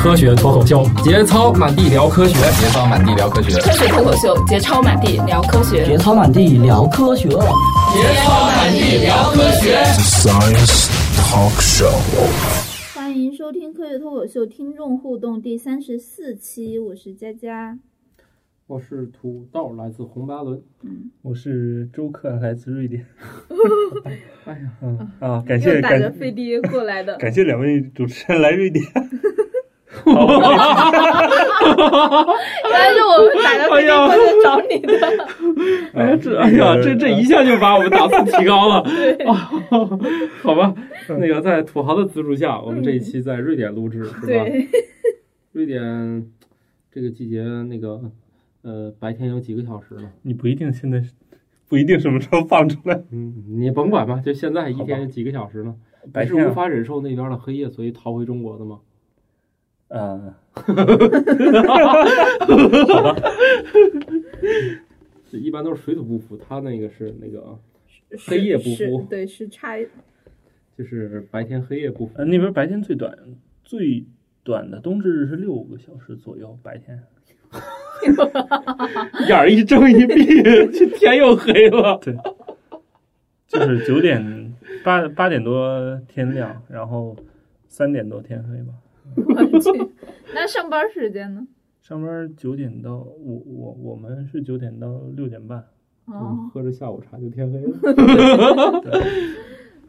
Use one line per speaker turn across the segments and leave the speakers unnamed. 科学脱口秀，节操满地聊科学，
节操满地聊科学，
科学脱口秀，节操满地聊科学，
节操满地聊科学，
节操满地聊科学。
哦
Science Talk Show。
欢迎收听《科学脱口秀》听众互动第三十四期，我是佳佳，
我是土豆，来自红巴伦，
嗯，
我是周克，来自瑞典。
哎
呀、嗯、啊！感谢
打着飞碟过来 的，
感谢两位主持人来瑞典。
原
哎
来是我们打着飞碟过来找你的。
哎呀，这哎呀，这这一下就把我们档次提高了。哦，好吧，那个在土豪的资助下，我们这一期在瑞典录制，是吧？瑞典这个季节，那个呃，白天有几个小时了？
你不一定现在不一定什么时候放出来。
嗯，你甭管吧，就现在一天几个小时呢？
白啊
是无法忍受那边的黑夜，所以逃回中国的吗？
嗯，
这一般都是水土不服，他那个是那个黑夜 不服，
对，是差，
就是白天黑夜不服。
呃那边白天最短，最短的冬至是六个小时左右，白 天。
眼儿一睁一闭，这天又黑了。
对， 就是九点八八点多天亮，然后三点多天黑吧。
我去，那上班时间呢？
上班九点到我我我们是九点到六点半，
哦，
嗯喝着下午茶就天黑
了。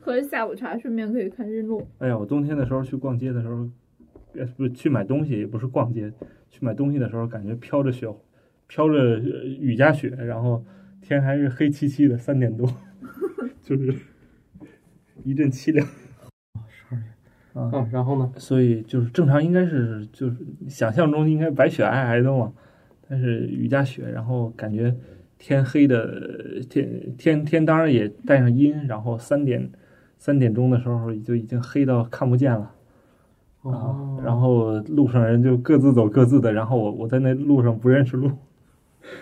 喝着下午茶，顺便可以看日落。
哎呀，我冬天的时候去逛街的时候，呃，不去买东西，也不是逛街，去买东西的时候，感觉飘着雪，飘着呃雨夹雪，然后天还是黑漆漆的，三点多， 就是一阵凄凉。
啊、嗯，然后呢？
所以就是正常应该是就是想象中应该白雪皑皑的嘛，但是雨夹雪，然后感觉天黑的天天天当然也带上阴，然后三点三点钟的时候就已经黑到看不见了，啊、
哦，
然后路上人就各自走各自的，然后我我在那路上不认识路，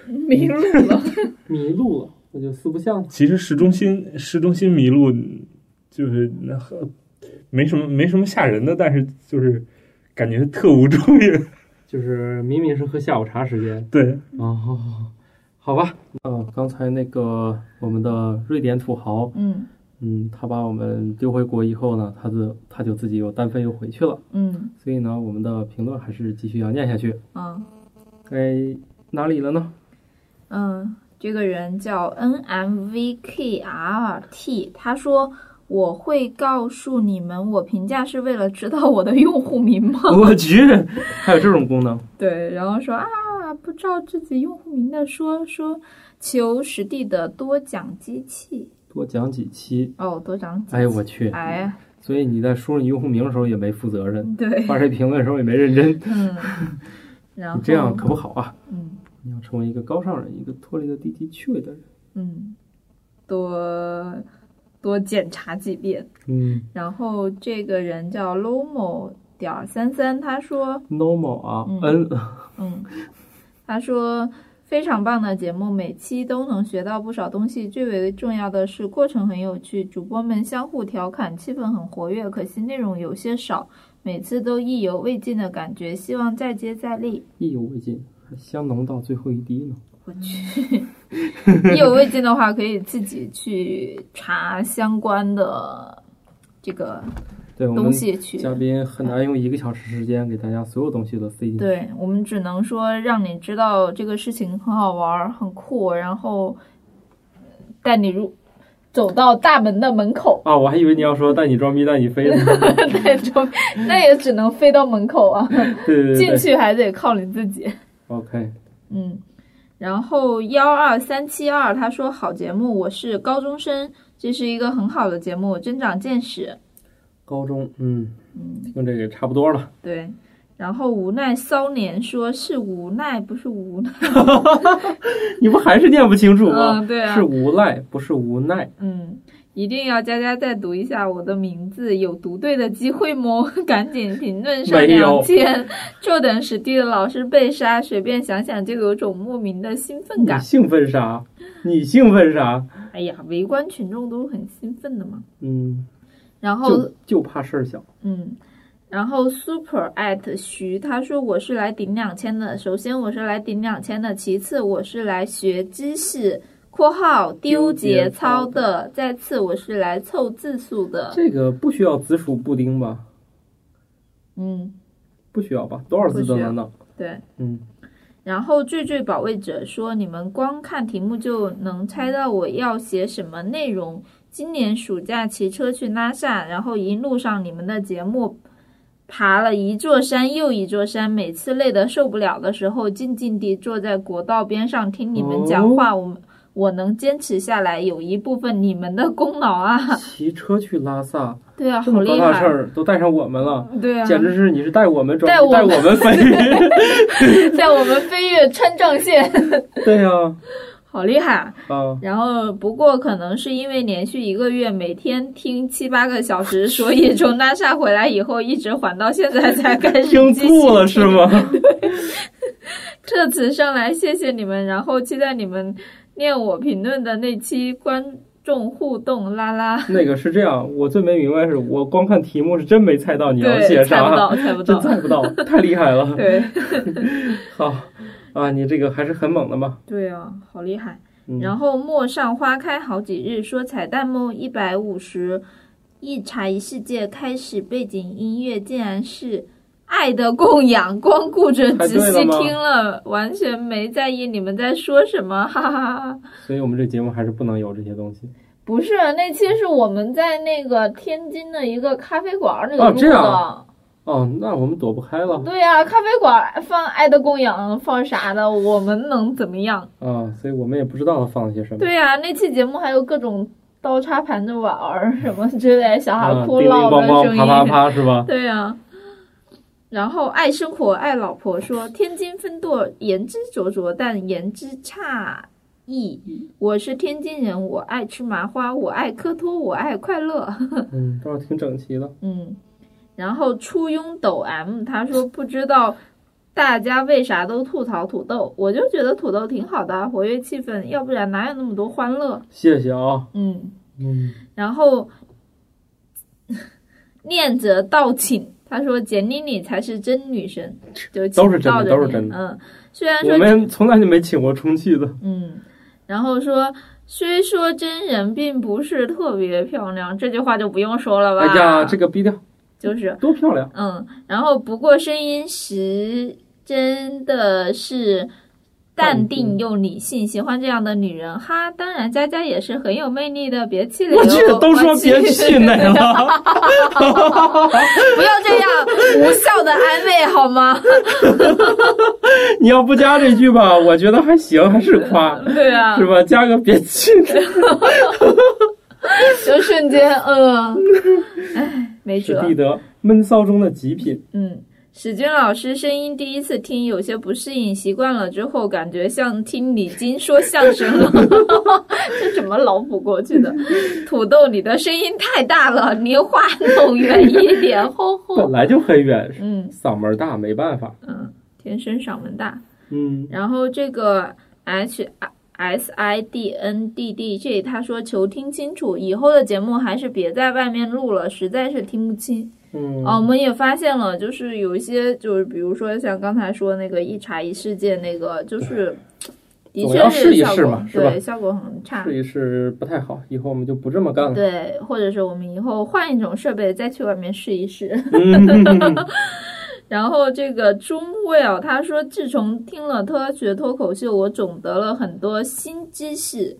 迷路了，
迷路了，那就四不像。
其实市中心市中心迷路就是那和。没什么，没什么吓人的，但是就是感觉特无助，
就是明明是喝下午茶时间，
对，
哦，好吧，嗯，刚才那个我们的瑞典土豪，
嗯
嗯，他把我们丢回国以后呢，他自他就自己又单飞又回去了，
嗯，
所以呢，我们的评论还是继续要念下去，
嗯，
该哎哪里了呢？
嗯，这个人叫 N M V K R T，他说。我会告诉你们，我评价是为了知道我的用户名 吗？
我去，还有这种功能？
对，然后说啊，不知道自己用户名的说，说说求实地的多讲几期，
多讲几期
哦，多讲几期。
哎，我去，
哎，
所以你在输入用户名的时候也没负责任，
对，
发这评论的时候也没认真，
嗯， 然后
你这样可不好啊，
嗯，
你要成为一个高尚人，一个脱离了低级趣味的人，
嗯，多。多检查几遍，
嗯，
然后这个人叫 Lomo 点三三，他说
Lomo 啊，N，
嗯，他说非常棒的节目，每期都能学到不少东西，最为重要的是过程很有趣，主播们相互调侃，气氛很活跃，可惜内容有些少，每次都意犹未尽的感觉，希望再接再厉。
意犹未尽，还香浓到最后一滴呢。
我去， 意犹未尽的话，可以自己去查相关的这个东西去。
嘉宾很难用一个小时时间给大家所有东西都塞进去。
对我们只能说让你知道这个事情很好玩、很酷，然后带你入走到大门的门口。
啊，我还以为你要说带你装逼带你飞呢。
带装，那也只能飞到门口啊。
对,对对对，
进去还得靠你自己。
OK，
嗯。然后幺二三七二他说好节目，我是高中生，这是一个很好的节目，增长见识。
高中，嗯
嗯，
听这个差不多了。
对，然后无奈骚年说是无奈，不是无奈，
你不还是念不清楚吗？
嗯，对啊，
是无赖，不是无奈。
嗯，一定要佳佳再读一下我的名字，有读对的机会吗？ 赶紧评论上两千。 坐等史蒂的老师被杀，随便想想就有种莫名的兴奋感。
兴奋啥？你兴奋啥？
哎呀，围观群众都很兴奋的嘛。
嗯，
然后
就怕事儿小。
嗯，然后 super at 徐他说我是来顶两千的，首先我是来顶两千的，其次我是来学知识（括号丢节操的），再次我是来凑字数的。
这个不需要紫薯布丁吧？
嗯，
不需要吧？多少字都能弄。
对，
嗯。
然后最最保卫者说你们光看题目就能猜到我要写什么内容。今年暑假骑车去拉萨，然后一路上你们的节目。爬了一座山又一座山，每次累得受不了的时候，静静地坐在国道边上听你们讲话。哦、我我能坚持下来，有一部分你们的功劳啊！
骑车去拉萨，
对啊，
这么
多
大事儿都带上我们了，
对啊，
简直是你是带我们
带
我带
我
们飞，
带我们飞越川藏线，
对呀、啊。
好厉害
啊！
然后不过可能是因为连续一个月每天听七八个小时，所以从拉萨回来以后一直缓到现在才开始
听吐了是吗？
特此上来谢谢你们，然后期待你们念我评论的那期观众互动啦啦。
那个是这样，我最没明白是我光看题目是真没猜到你要写
啥，猜 不到，猜
到，
不
真猜不到，太厉害了。
对，
好啊，你这个还是很猛的嘛。嗯
对啊，好厉害。然后陌上花开好几日说彩蛋梦一百五十一茶一世界开始背景音乐竟然是《爱的供养》，光顾着仔细听了，完全没在意你们在说什么，哈哈哈。
所以我们这节目还是不能有这些东西。
不是，那期是我们在那个天津的一个咖啡馆里录的。
啊哦，那我们躲不开了。
对呀、啊，咖啡馆放《爱的供养》，放啥的，我们能怎么样？
啊，所以我们也不知道放了些什么。
对呀、啊，那期节目还有各种刀叉盘着碗儿什么之类，小孩啊哭闹
的
声音，
啊嗯啊、叮叮啪啪啪是 吧？
对呀、啊。然后爱生活爱老婆说，天津分舵言之灼灼，但言之差异。我是天津人，我爱吃麻花，我爱科托，我爱快乐。
嗯，倒是挺整齐的。
嗯。然后初拥抖 M，他说不知道大家为啥都吐槽土豆，我就觉得土豆挺好的，啊活跃气氛，要不然哪有那么多欢乐？
谢谢啊，
嗯
嗯。
然后念着道请，他说简妮妮才是真女神，就
都是真
的，
都是真的。
嗯，虽然说
我们从来就没请过充气的，
嗯。然后说。虽说真人并不是特别漂亮，这句话就不用说了吧？
哎呀，这个逼掉。
就是
多漂亮，
嗯，然后不过声音时真的是淡定又理性，喜欢这样的女人哈。当然，佳佳也是很有魅力的，别气馁。
我去，都说别气馁了，
不要这样无效的安慰好吗？
你要不加这句吧，我觉得还行，还是夸，
对啊，
是吧？加个别气馁，
就瞬间，嗯，哎。没辙。
必得闷骚中的极品。
嗯，史军老师声音第一次听有些不适应，习惯了之后感觉像听李菁说相声 了。这怎么脑补过去的？土豆，你的声音太大了，离话筒远一点。吼吼。
本来就很远。
嗯，
嗓门大没办法。
嗯，天生嗓门大。
嗯，
然后这个 H I。S I D N D D J，他说求听清楚，以后的节目还是别在外面录了，实在是听不清。
嗯，
啊，我们也发现了，就是有一些，就是比如说像刚才说那个一茶一世界那个，就是的确
是
效
果
对效果很差，
试一试不太好，以后我们就不这么干了。
对，或者是我们以后换一种设备再去外面试一试。
嗯
然后这个 Joel 他说，自从听了科学脱口秀，我总得了很多新知识。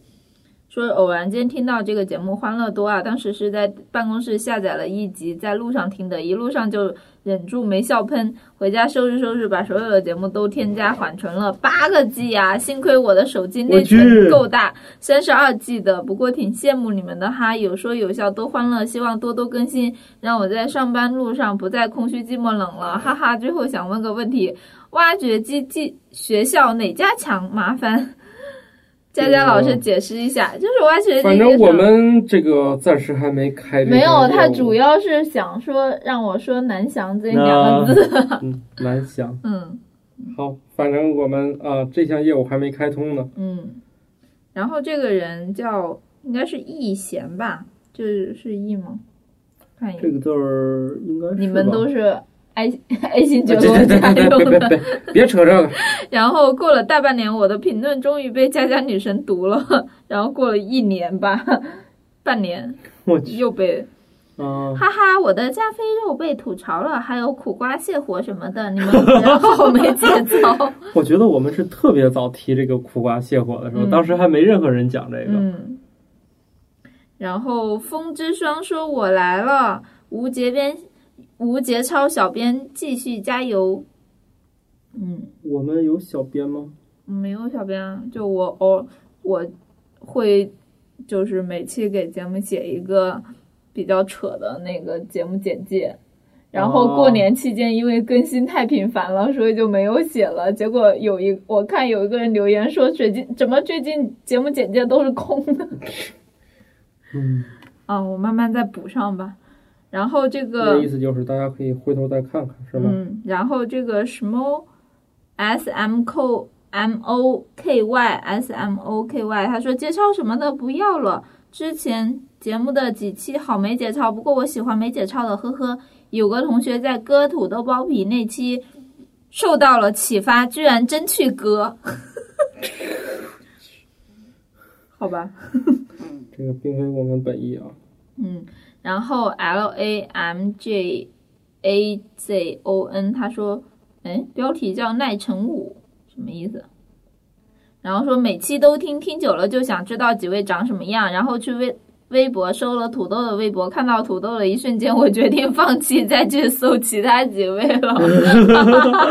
说偶然间听到这个节目，欢乐多啊！当时是在办公室下载了一集，在路上听的，一路上就忍住没笑喷。回家收拾收拾，把所有的节目都添加缓存了八个 G 啊！幸亏我的手机内存够大，三十二 G 的。不过挺羡慕你们的哈，有说有笑，多欢乐。希望多多更新，让我在上班路上不再空虚寂寞冷了，哈哈。最后想问个问题：挖掘机技学校哪家强？麻烦佳佳老师解释一下。就是挖掘机，
啊反正我们这个暂时还没开。
没有，他主要是想说让我说南翔这两个字。
嗯，南翔。
嗯，
好，反正我们啊、呃、这项业务还没开通呢。
嗯，然后这个人叫应该是易贤吧？这、就是易吗？看一眼，
这个字儿应该是。
你们都是爱 爱新觉罗家用
别别
的。
别别扯这个，
然后过了大半年，我的评论终于被佳佳女神读了。然后过了一年吧， 半年
我去，
又被
嗯，
哈哈，我的加菲肉被吐槽了，还有苦瓜、泻火什么的，你们不要好没节操。
我觉得我们是特别早提这个苦瓜泻火的时候，
嗯
当时还没任何人讲这个。
嗯，然后风之霜说：“我来了。”吴杰编，吴杰超小编继续加油。嗯，
我们有小编吗？
没有小编啊，就我偶我会就是每期给节目写一个比较扯的那个节目简介。然后过年期间，因为更新太频繁了，所以就没有写了。结果有一我看有一个人留言说，最近怎么最近节目简介都是空的？
嗯，
啊，我慢慢再补上吧。然后这
那
个
意，思就是大家可以回头再看看，是吗？
嗯，然后这个什么 S M K M O K Y S M O K Y，他说节操什么的不要了。之前节目的几期好没节操，不过我喜欢没节操的，呵呵。有个同学在割土豆包皮那期受到了启发，居然真去割。 好吧，
这个并非我们本意啊。
嗯，然后 L A M J A Z O N，他说，哎，标题叫奈成武，什么意思？然后说每期都听，听久了就想知道几位长什么样，然后去微微博搜了土豆的微博，看到土豆的一瞬间，我决定放弃再去搜其他几位了。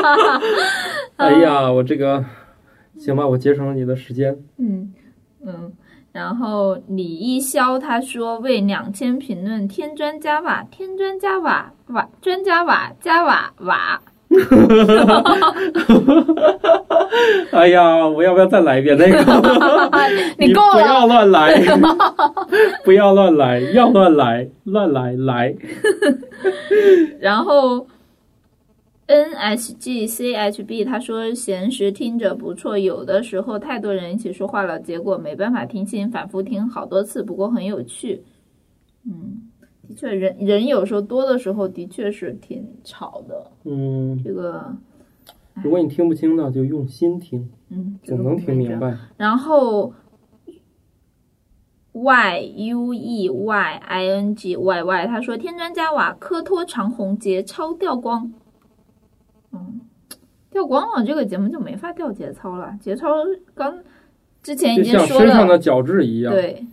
哎呀，我这个行吧，我节省了你的时间。
嗯嗯，然后李一潇他说为两千评论添砖加瓦，添砖加瓦瓦砖加瓦加瓦瓦。
哎呀，我要不要再来一遍那 个？
你够
不
了，
要乱 来，不要乱来，要乱来，乱来来。
然后 N H G C H B 他说闲时听着不错，有的时候太多人一起说话了，结果没办法听清，反复听好多次，不过很有趣。嗯，的确，人人有时候多的时候的确是挺吵的。
嗯，
这个，
如果你听不清呢，就用心听，
嗯，这
总
个
能
我
听
没
明
辙
白。
然后 y u e y i n g y y，他说添砖加瓦，科托长虹节操掉光。嗯，掉光了，这个节目就没法掉节操了。节操刚之前
哎就
已经
像
说
身上的
了，
角质一样，
对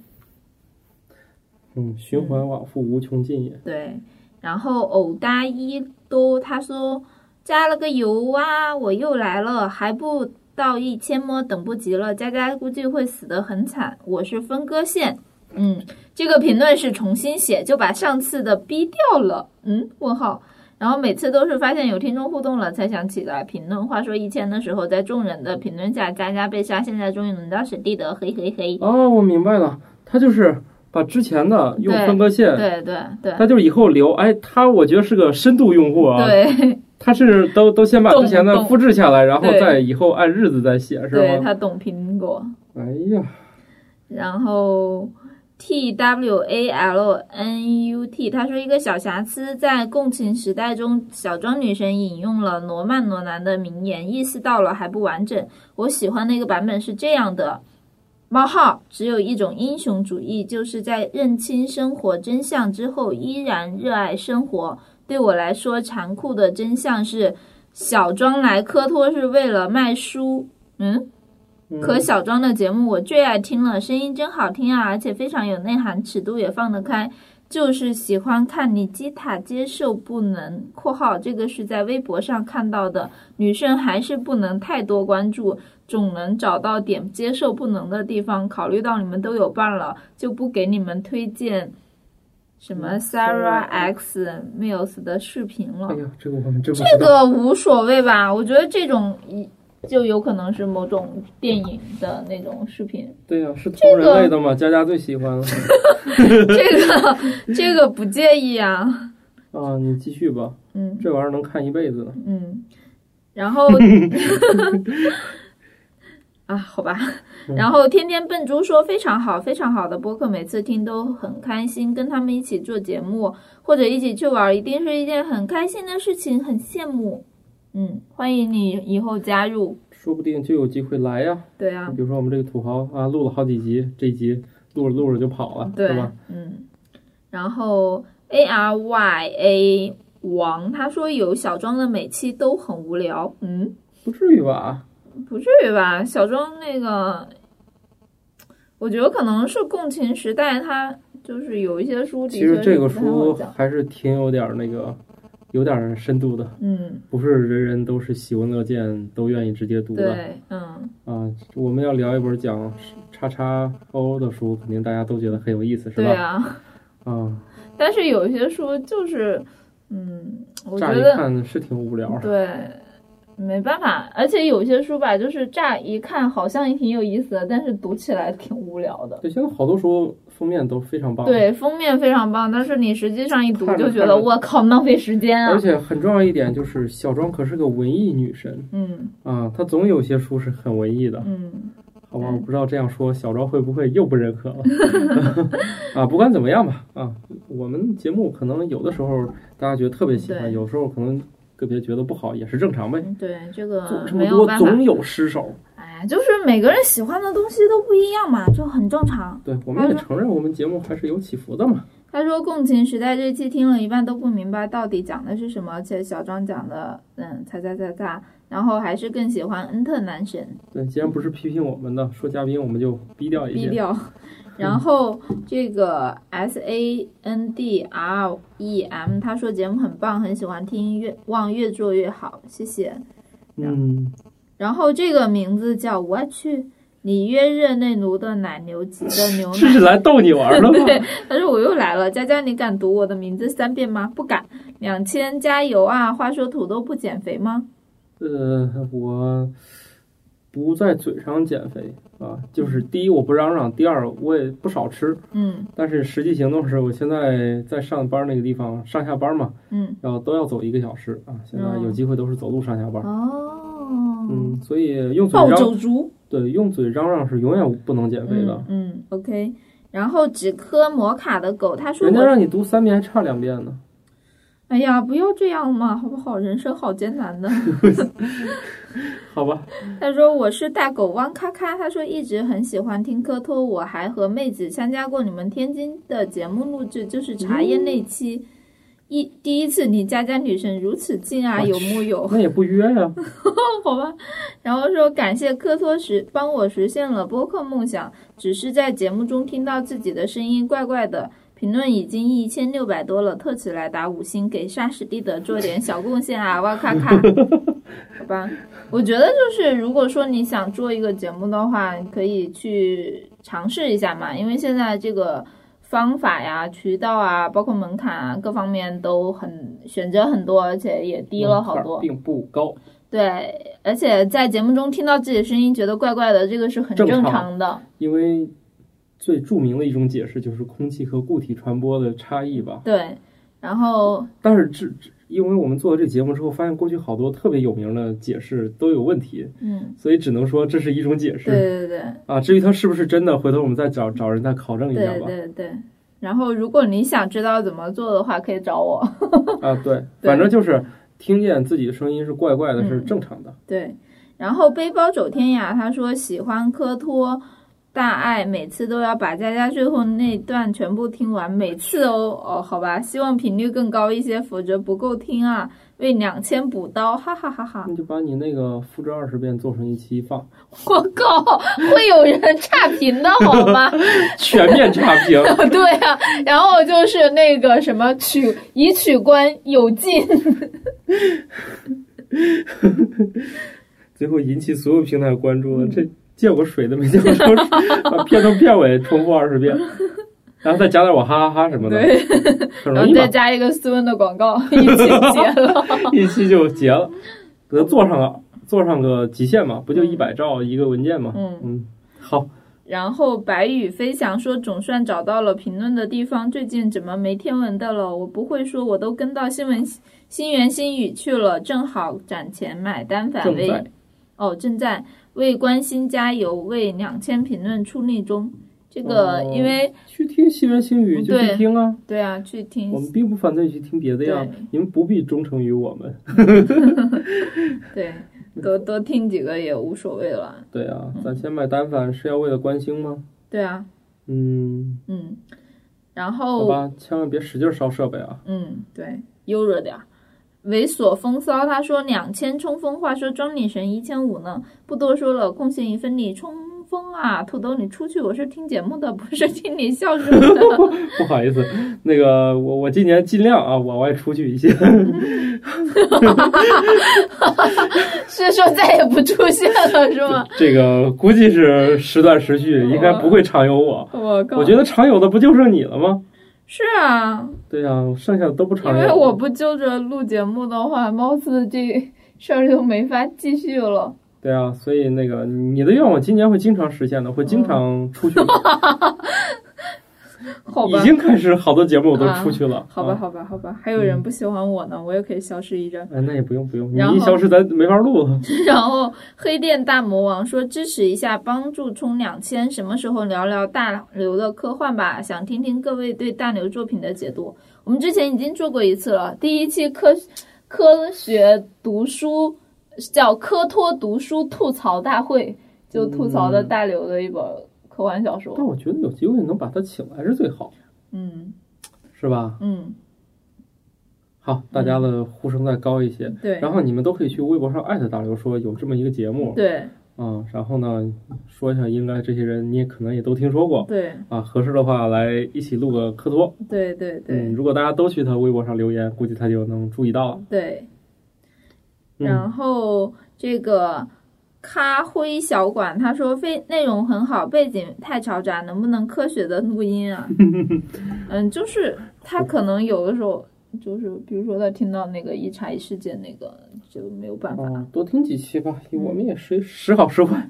嗯，循环往复，无穷尽也。
对。然后偶搭一多，他说加了个油啊，我又来了，还不到一千么，等不及了，佳佳估计会死得很惨。我是分割线，嗯，这个评论是重新写，就把上次的逼掉了，嗯，问号。然后每次都是发现有听众互动了，才想起来评论。话说一千的时候，在众人的评论下，佳佳被杀，现在终于轮到史蒂德，嘿嘿嘿。
哦，我明白了，他就是把之前的用
对
分割线，
对对对
他就是以后留。哎，他我觉得是个深度用户啊，
对
他是都都先把
懂
之前的
懂
复制下来，然后
对
再以后按日子再写，是
对，
吗？
他懂苹果。
哎呀，
然后 T W A L N U T，他说一个小瑕疵，在共情时代中，小庄女神引用了罗曼·罗兰的名言，意识到了还不完整。我喜欢那个版本是这样的：冒号，只有一种英雄主义，就是在认清生活真相之后，依然热爱生活。对我来说，残酷的真相是，小庄来科托是为了卖书。嗯，
嗯
可小庄的节目我最爱听了，声音真好听啊，而且非常有内涵，尺度也放得开。就是喜欢看你基塔接受不能（括号这个是在微博上看到的），女生还是不能太多关注，总能找到点接受不能的地方。考虑到你们都有伴了，就不给你们推荐什么 Sarah X Mills 的视频了
哎。呀，这个我们真不
这
知道。
个无所谓吧，我觉得这种一就有可能是某种电影的那种视频，
对呀、是同人类的嘛，佳佳最喜欢了。
这个 这个不介意啊，
啊，你继续吧，
嗯
这玩意儿能看一辈子呢。
嗯，然后 啊，好吧。然后天天笨猪说非常好，非常好的播客，每次听都很开心。跟他们一起做节目或者一起去玩，一定是一件很开心的事情，很羡慕。嗯，欢迎你以后加入，
说不定就有机会来呀。
对啊，
比如说我们这个土豪啊，录了好几集，这一集录着录着就跑了，
对
是吧？
嗯。然后 A R Y A 王他说有小庄的每期都很无聊，嗯，
不至于吧？
不至于吧？小庄那个，我觉得可能是共情时代，他就是有一些书的
其
确是
实
不
这个
太好
书
讲
还是挺有点儿那个，有点儿深度的，
嗯，
不是人人都是喜闻乐见，都愿意直接读的
对，嗯，
啊。我们要聊一本讲叉叉 O 的书，肯定大家都觉得很有意思，是
对
吧？
啊。
啊，
但是有一些书就是，嗯，我觉
乍一
得
看是挺无聊啊的，
对，没办法。而且有些书吧，就是乍一看好像也挺有意思的，但是读起来挺无聊的。
对，现在好多书封面都非常棒，，
对，封面非常棒，但是你实际上一读
看着
就觉
看着
得我靠，浪费时间啊
而。且很重要一点就是小庄可是个文艺女神
嗯
啊，她总有些书是很文艺的，
嗯。
好吧？我不知道这样说小昭会不会又不认可 了 啊？不管怎么样吧，啊，我们节目可能有的时候大家觉得特别喜欢，
对
有时候可能个别觉得不好，也是正常呗。
嗯对，这
做
个
这么
没有
多
办法。
总有失手，
哎，就是每个人喜欢的东西都不一样嘛，就很正常。
对，我们也承认我们节目还是有起伏的嘛。
他说《共情时代》这期听了一半都不明白到底讲的是什么，而且小张讲的，嗯，擦擦擦擦，然后还是更喜欢恩特男神
对，既然不是批评我们的，说嘉宾我们就逼掉一
低
些。
调。然后这个 S A N D R E M，他说节目很棒，很喜欢听，越望越做越好，谢谢。
嗯，
然后这个名字叫我去里约热内卢的奶牛挤的牛
这
奶
是。来逗你玩的
对
吗？，
他说我又来了，佳佳，你敢读我的名字三遍吗？不敢。两千加油啊！话说土豆不减肥吗？
呃，我不在嘴上减肥啊，就是第一我不嚷嚷，第二我也不少吃。
嗯
但是实际行动是，我现在在上班那个地方上下班嘛，
嗯，
要都要走一个小时啊。现在
嗯
有机会都是走路上下班，
哦，
嗯嗯，所以用嘴
暴
嚷
走族。
对用嘴嚷嚷是永远不能减肥的
嗯。嗯，OK。然后只磕摩卡的狗，他说
人家
我，
让你读三遍还差两遍呢，
哎呀，不要这样嘛，好不好？人生好艰难的。
好吧？
他说我是大狗汪咔咔，他说一直很喜欢听科托，我还和妹子参加过你们天津的节目录制，就是茶叶那期。一第一次你佳佳女神如此近啊，
我
有木有？
那也不约呀、
好吧。然后说感谢科托实帮我实现了播客梦想，只是在节目中听到自己的声音怪怪的。评论已经一千六百多了，特此来打五星，给沙史蒂德做点小贡献啊！哇咔咔，好吧。我觉得就是，如果说你想做一个节目的话，你可以去尝试一下嘛，因为现在这个方法呀、渠道啊、包括门槛啊各方面都很选择很多，而且也低了好多。
并不高。
对，而且在节目中听到自己的声音，觉得怪怪的，这个是很
正常
常的。
因为最著名的一种解释就是空气和固体传播的差异吧。
对，然后
但是这这，因为我们做了这节目之后，发现过去好多特别有名的解释都有问题，
嗯，
所以只能说这是一种解
对
释
对对
啊。至于它是不是真的，回头我们再找找人再考证一下
对
吧。
对对。然后，如果你想知道怎么做的话，可以找我。
啊，对，反正就是听见自己的声音是怪怪的，是
嗯
正常的。
对，然后背包走天涯，他说喜欢科托。大爱每次都要把佳佳最后那段全部听完，每次哦哦，好吧，希望频率更高一些，否则不够听啊！为两千补刀，哈哈哈哈！
那就把你那个复制二十遍做成一期放，
我靠，会有人差评的好吗？
全面差评。
对啊，然后就是那个什么取以取关有进，
最后引起所有平台关注了。
嗯
这见过水的没见过烧水，把片头片尾重复二十 遍，然后再加点我哈哈哈什么的，
对，哦
很容
然后
易
再
吧？
加一个斯文的广告， 一起结 了。
一期就结了，给它做上个做上个极限嘛，不就一百兆一个文件嘛？
嗯，
嗯，好，
然后白羽飞翔说总算找到了评论的地方，最近怎么没天文的了？我不会说我都跟到新闻新源新语去了，正好攒钱买单反
正
位
在。
哦，正在为关心加油，为两千评论出力中。这个因为
去听新人新语就去
嗯对
听啊，
对啊，去听
我们并不反对你去听别的呀
对，
你们不必忠诚于我们。
对，多多听几个也无所谓了。
对啊，
嗯
咱先买单反是要为了关心吗？
对啊，
嗯，
嗯，然
好
后
吧，千万别使劲烧设备啊。
嗯，对，悠着点儿。猥琐风骚，他说两千冲锋，话说庄女神一千五呢，不多说了，贡献一份力冲锋啊！土豆，你出去，我是听节目的，不是听你笑什么 的。
不好意思，那个我我今年尽量啊往外出去一些。
是说再也不出现了是吗？
这个估计是时断时
哦
续，应该不会常有我。
我靠！
我觉得常有的不就剩你了吗？
是啊，
对呀、剩下的都不常
因
有。
为我不揪着录节目的话，猫子这事儿就没法继续了。
对啊，所以那个你的愿望今年会经常实现的，会经常出去。
好吧
已，经开始好多节目我都出去了。
好吧，
啊，
好吧，好吧，还有人不喜欢我呢，我也可以消失一阵。
哎，那也不用不用，你
然后
一消失咱没法录了。
然后黑店大魔王说支持一下，帮助冲两千，什么时候聊聊大刘的科幻吧？想听听各位对大刘作品的解读。我们之前已经做过一次了，第一期科科学读书叫科托读书吐槽大会，就吐槽的大刘的一本科幻小说
但。我觉得有机会能把他请来是最好，
嗯
是吧？
嗯，
好，大家的呼声再高一些。
嗯对
然后你们都可以去微博上艾特大刘说有这么一个节目，
对
嗯，然后呢，说一下应该这些人你也可能也都听说过
对
啊，合适的话来一起录个科托。
对对
嗯，
对
如果大家都去他微博上留言，估计他就能注意到了。
对。
嗯，
然后这个咖灰小馆他说非内容很好，背景太嘈杂，能不能科学的录音啊？ 嗯，就是他可能有的时候就是，比如说他听到那个一茶一世界那个就没有办法，
哦，多听几期吧，我们也
嗯
是时好时坏。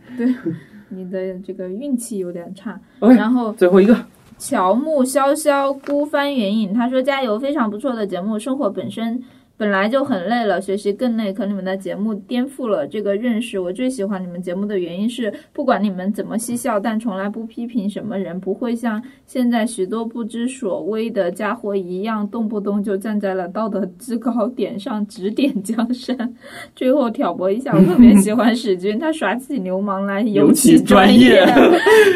你的这个运气有点差。
OK，
然后
最 后一个，
乔木潇潇孤帆远影，他说加油，非常不错的节目，生活本身。本来就很累了，学习更累。可你们的节目颠覆了这个认识。我最喜欢你们节目的原因是，不管你们怎么嬉笑，但从来不批评什么人，不会像现在许多不知所谓的家伙一样，动不动就站在了道德制高点上指点江山。最后挑拨一下，我特别喜欢史军，他耍起流氓来尤
其专
业
业，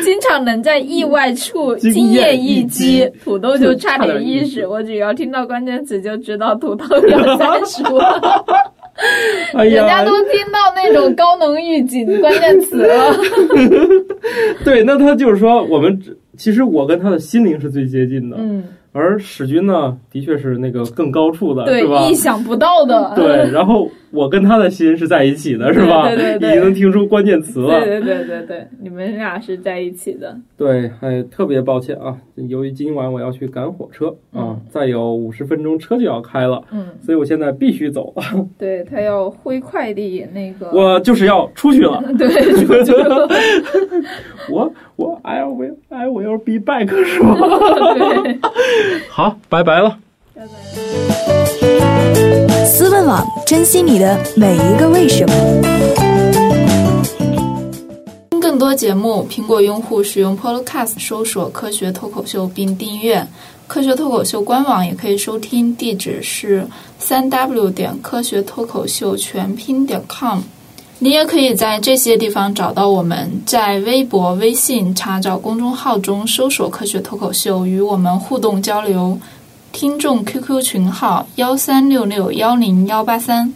经常能在意外处惊艳一击，土豆就差点意识。我只要听到关键词就知道土豆要三十万，
哎呀，
人家都听到那种高能预警关键词了。
对，那他就是说，我们只其实我跟他的心灵是最接近的，
嗯，
而史军呢，的确是那个更高处的，
对
是，吧
意？想不到的。
对，然后我跟他的心是在一起的，是吧？
对对对对
已经能听出关键词了。
对对对对对，你们俩是在一起的。
对，哎，特别抱歉啊，由于今晚我要去赶火车啊，再有五十分钟车就要开了，
嗯，
所以我现在必须走，
对他要挥快递那 个。
我就是要出去了。
对，出去了。
我我 I will I will be back 是吧？
对。
好，拜拜了。
思问网，珍惜你的每一个为什么。
听更多节目，苹果用户使用 Podcast 搜索“科学脱口秀”并订阅。科学脱口秀官网也可以收听，地址是三 w 点科学脱口秀全拼点 com。你也可以在这些地方找到我们，在微博、微信查找公众号中搜索“科学脱口秀”，与我们互动交流。听众 QQ 群号：幺三六六幺零幺八三。